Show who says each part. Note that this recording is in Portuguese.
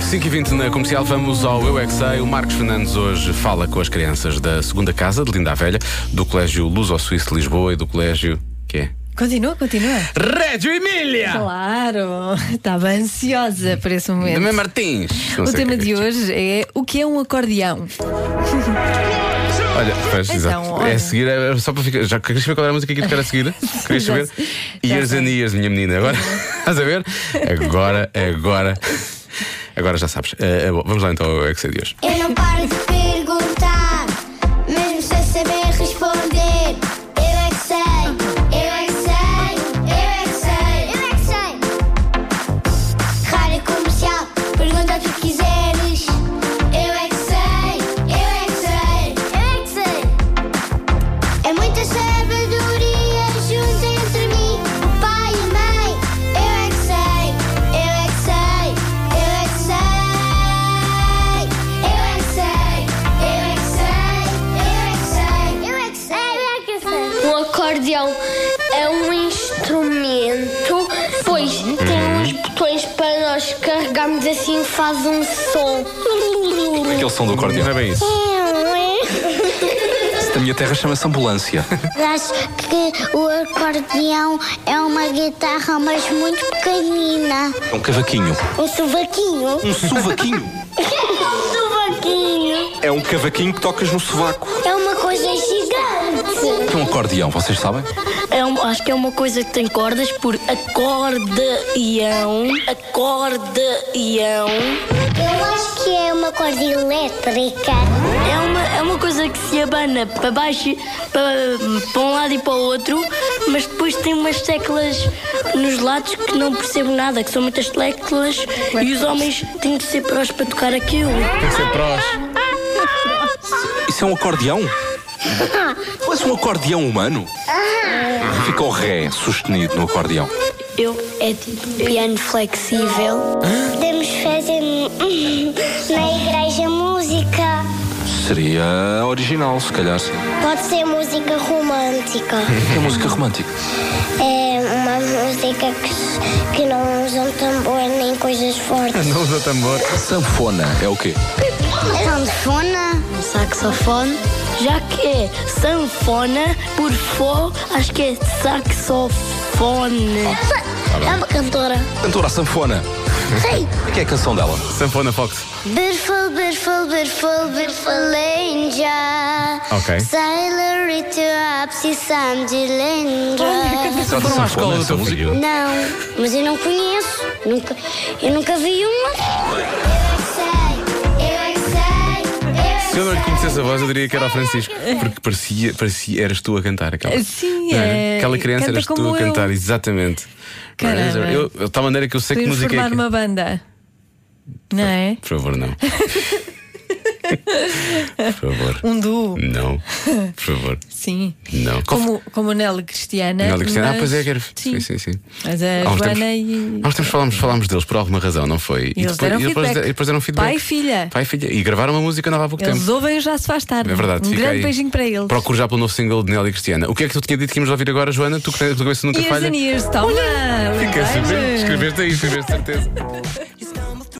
Speaker 1: 5h20 na comercial, vamos ao Eu é que Sei. O Marcos Fernandes hoje fala com as crianças da segunda casa de Linda a Velha, do Colégio Luz ao Suíço de Lisboa e do Colégio. que é?
Speaker 2: Continua, continua.
Speaker 1: Régio Emília!
Speaker 2: Claro, estava ansiosa por esse momento.
Speaker 1: Também Martins! Não
Speaker 2: O
Speaker 1: sei que
Speaker 2: tema
Speaker 1: é
Speaker 2: de
Speaker 1: isto.
Speaker 2: hoje é o que é um acordeão.
Speaker 1: Olha, pois,
Speaker 2: Então,
Speaker 1: exato.
Speaker 2: olha.
Speaker 1: É a seguir, é só para ficar. Já querias saber qual era a música que ia tocar a seguir? Querias
Speaker 2: Já
Speaker 1: saber?
Speaker 2: sei. Já
Speaker 1: Years
Speaker 2: sei. Uhum.
Speaker 1: and Years, minha menina. Agora, estás a ver? Agora, agora. Agora já sabes. Eh, eh, bom, vamos lá então ao Eu é que Sei de hoje.
Speaker 3: Eu não paro de perguntar, mesmo sem saber responder. Eu é que sei, eu é que sei, eu é que sei, eu é que sei. Rádio comercial, pergunta o que quiseres. Eu é que sei, eu é que sei, eu é que sei. É muita sabedoria junto entre mim, o pai e a mãe. Eu é que sei, eu é que sei, eu é que sei. Eu é que sei, eu é que sei, eu é que sei, eu é que sei, eu é que sei.
Speaker 4: Um acordeão é um instrumento, pois tem uns botões para nós carregarmos assim faz um som.
Speaker 5: Aquele som do
Speaker 1: Não é
Speaker 5: acordeão.
Speaker 1: bem isso.
Speaker 3: é?
Speaker 5: Da minha terra chama-se ambulância.
Speaker 3: Acho que o acordeão é uma guitarra, mas muito pequenina.
Speaker 5: É um cavaquinho.
Speaker 3: Um sovaquinho?
Speaker 5: Um sovaquinho.
Speaker 3: Um sovaquinho.
Speaker 5: É um cavaquinho que tocas no sovaco.
Speaker 3: É uma coisa gigante.
Speaker 5: O que é um acordeão, vocês sabem?
Speaker 6: É um- acho que é uma coisa que tem cordas por acordeão. Acordeão.
Speaker 3: Eu acho que é uma corda elétrica.
Speaker 6: É uma, é uma coisa que se abana para baixo, para, para um lado e para o outro, mas depois tem umas teclas nos lados que não percebo nada, que são muitas teclas e os homens têm de ser prós para tocar aquilo.
Speaker 1: Tem que ser prós.
Speaker 5: Isso é um acordeão? Mas um acordeão humano? Fica o ré sustenido no acordeão.
Speaker 6: Eu é tipo piano flexível.
Speaker 3: Podemos fazer na igreja música.
Speaker 5: Seria original, se calhar. sim.
Speaker 3: Pode ser música romântica.
Speaker 5: O que é música romântica?
Speaker 3: É uma música que, s- que não usam tambor nem coisas fortes.
Speaker 1: Não usa tambor.
Speaker 5: Sanfona é o quê?
Speaker 3: Sanfona?
Speaker 6: saxofone, já que é sanfona, por fó, acho que é saxofone.
Speaker 3: É uma cantora.
Speaker 5: Cantora sanfona.
Speaker 3: Sei.
Speaker 5: O que é a canção dela?
Speaker 1: Sanfona Fox.
Speaker 3: Beautiful, beautiful, beautiful, beautiful angel.
Speaker 1: Ok.
Speaker 3: Sailor into Apsi Sandilendra.
Speaker 5: Trata sanfona, essa música?
Speaker 3: Não, mas eu não conheço. Nunca, eu nunca vi uma. Eu é que sei, eu é que sei.
Speaker 1: Se eu não lhe conhecesse a voz, eu diria que era o Francisco. Porque parecia, parecia eras tu a cantar aquela.
Speaker 2: Sim,
Speaker 1: Não
Speaker 2: é.
Speaker 1: Aquela criança
Speaker 2: Canta
Speaker 1: eras tu
Speaker 2: como
Speaker 1: a
Speaker 2: eu.
Speaker 1: cantar, exatamente.
Speaker 2: Caramba.
Speaker 1: Eu, eu, de tal maneira que eu sei que
Speaker 2: Podemos
Speaker 1: música é.
Speaker 2: formar
Speaker 1: que-
Speaker 2: uma banda. Não é?
Speaker 1: Por favor, não. Por favor.
Speaker 2: Um duo,
Speaker 1: Não. Por favor.
Speaker 2: sim.
Speaker 1: Não.
Speaker 2: Como, como Nelly Cristiana.
Speaker 1: Nelly Cristiana. Ah,
Speaker 2: mas-
Speaker 1: pois é, quero. Sim,
Speaker 2: Sim,
Speaker 1: sim, sim.
Speaker 2: Mas a
Speaker 1: Há uns
Speaker 2: Joana
Speaker 1: tempos-
Speaker 2: e.
Speaker 1: Há uns tempos falámos, falámos deles por alguma razão, não foi?
Speaker 2: Eles deram
Speaker 1: e depois,
Speaker 2: feedback.
Speaker 1: e depois deram feedback.
Speaker 2: Pai e filha.
Speaker 1: Pai e filha. E gravaram uma música nova há pouco
Speaker 2: Eles
Speaker 1: tempo.
Speaker 2: ouvem já se faz tarde.
Speaker 1: É verdade.
Speaker 2: Um
Speaker 1: fica
Speaker 2: grande
Speaker 1: aí.
Speaker 2: beijinho para eles.
Speaker 1: Procuro já pelo novo single de Nelly Cristiana. O que é que tu tinha dito que íamos ouvir agora, Joana? Tu que tens a cabeça nunca
Speaker 2: Years
Speaker 1: falha.
Speaker 2: and years, toma! um
Speaker 1: Fica a saber.
Speaker 2: lembrei-me.
Speaker 1: Escreveste aí, escreveste certeza.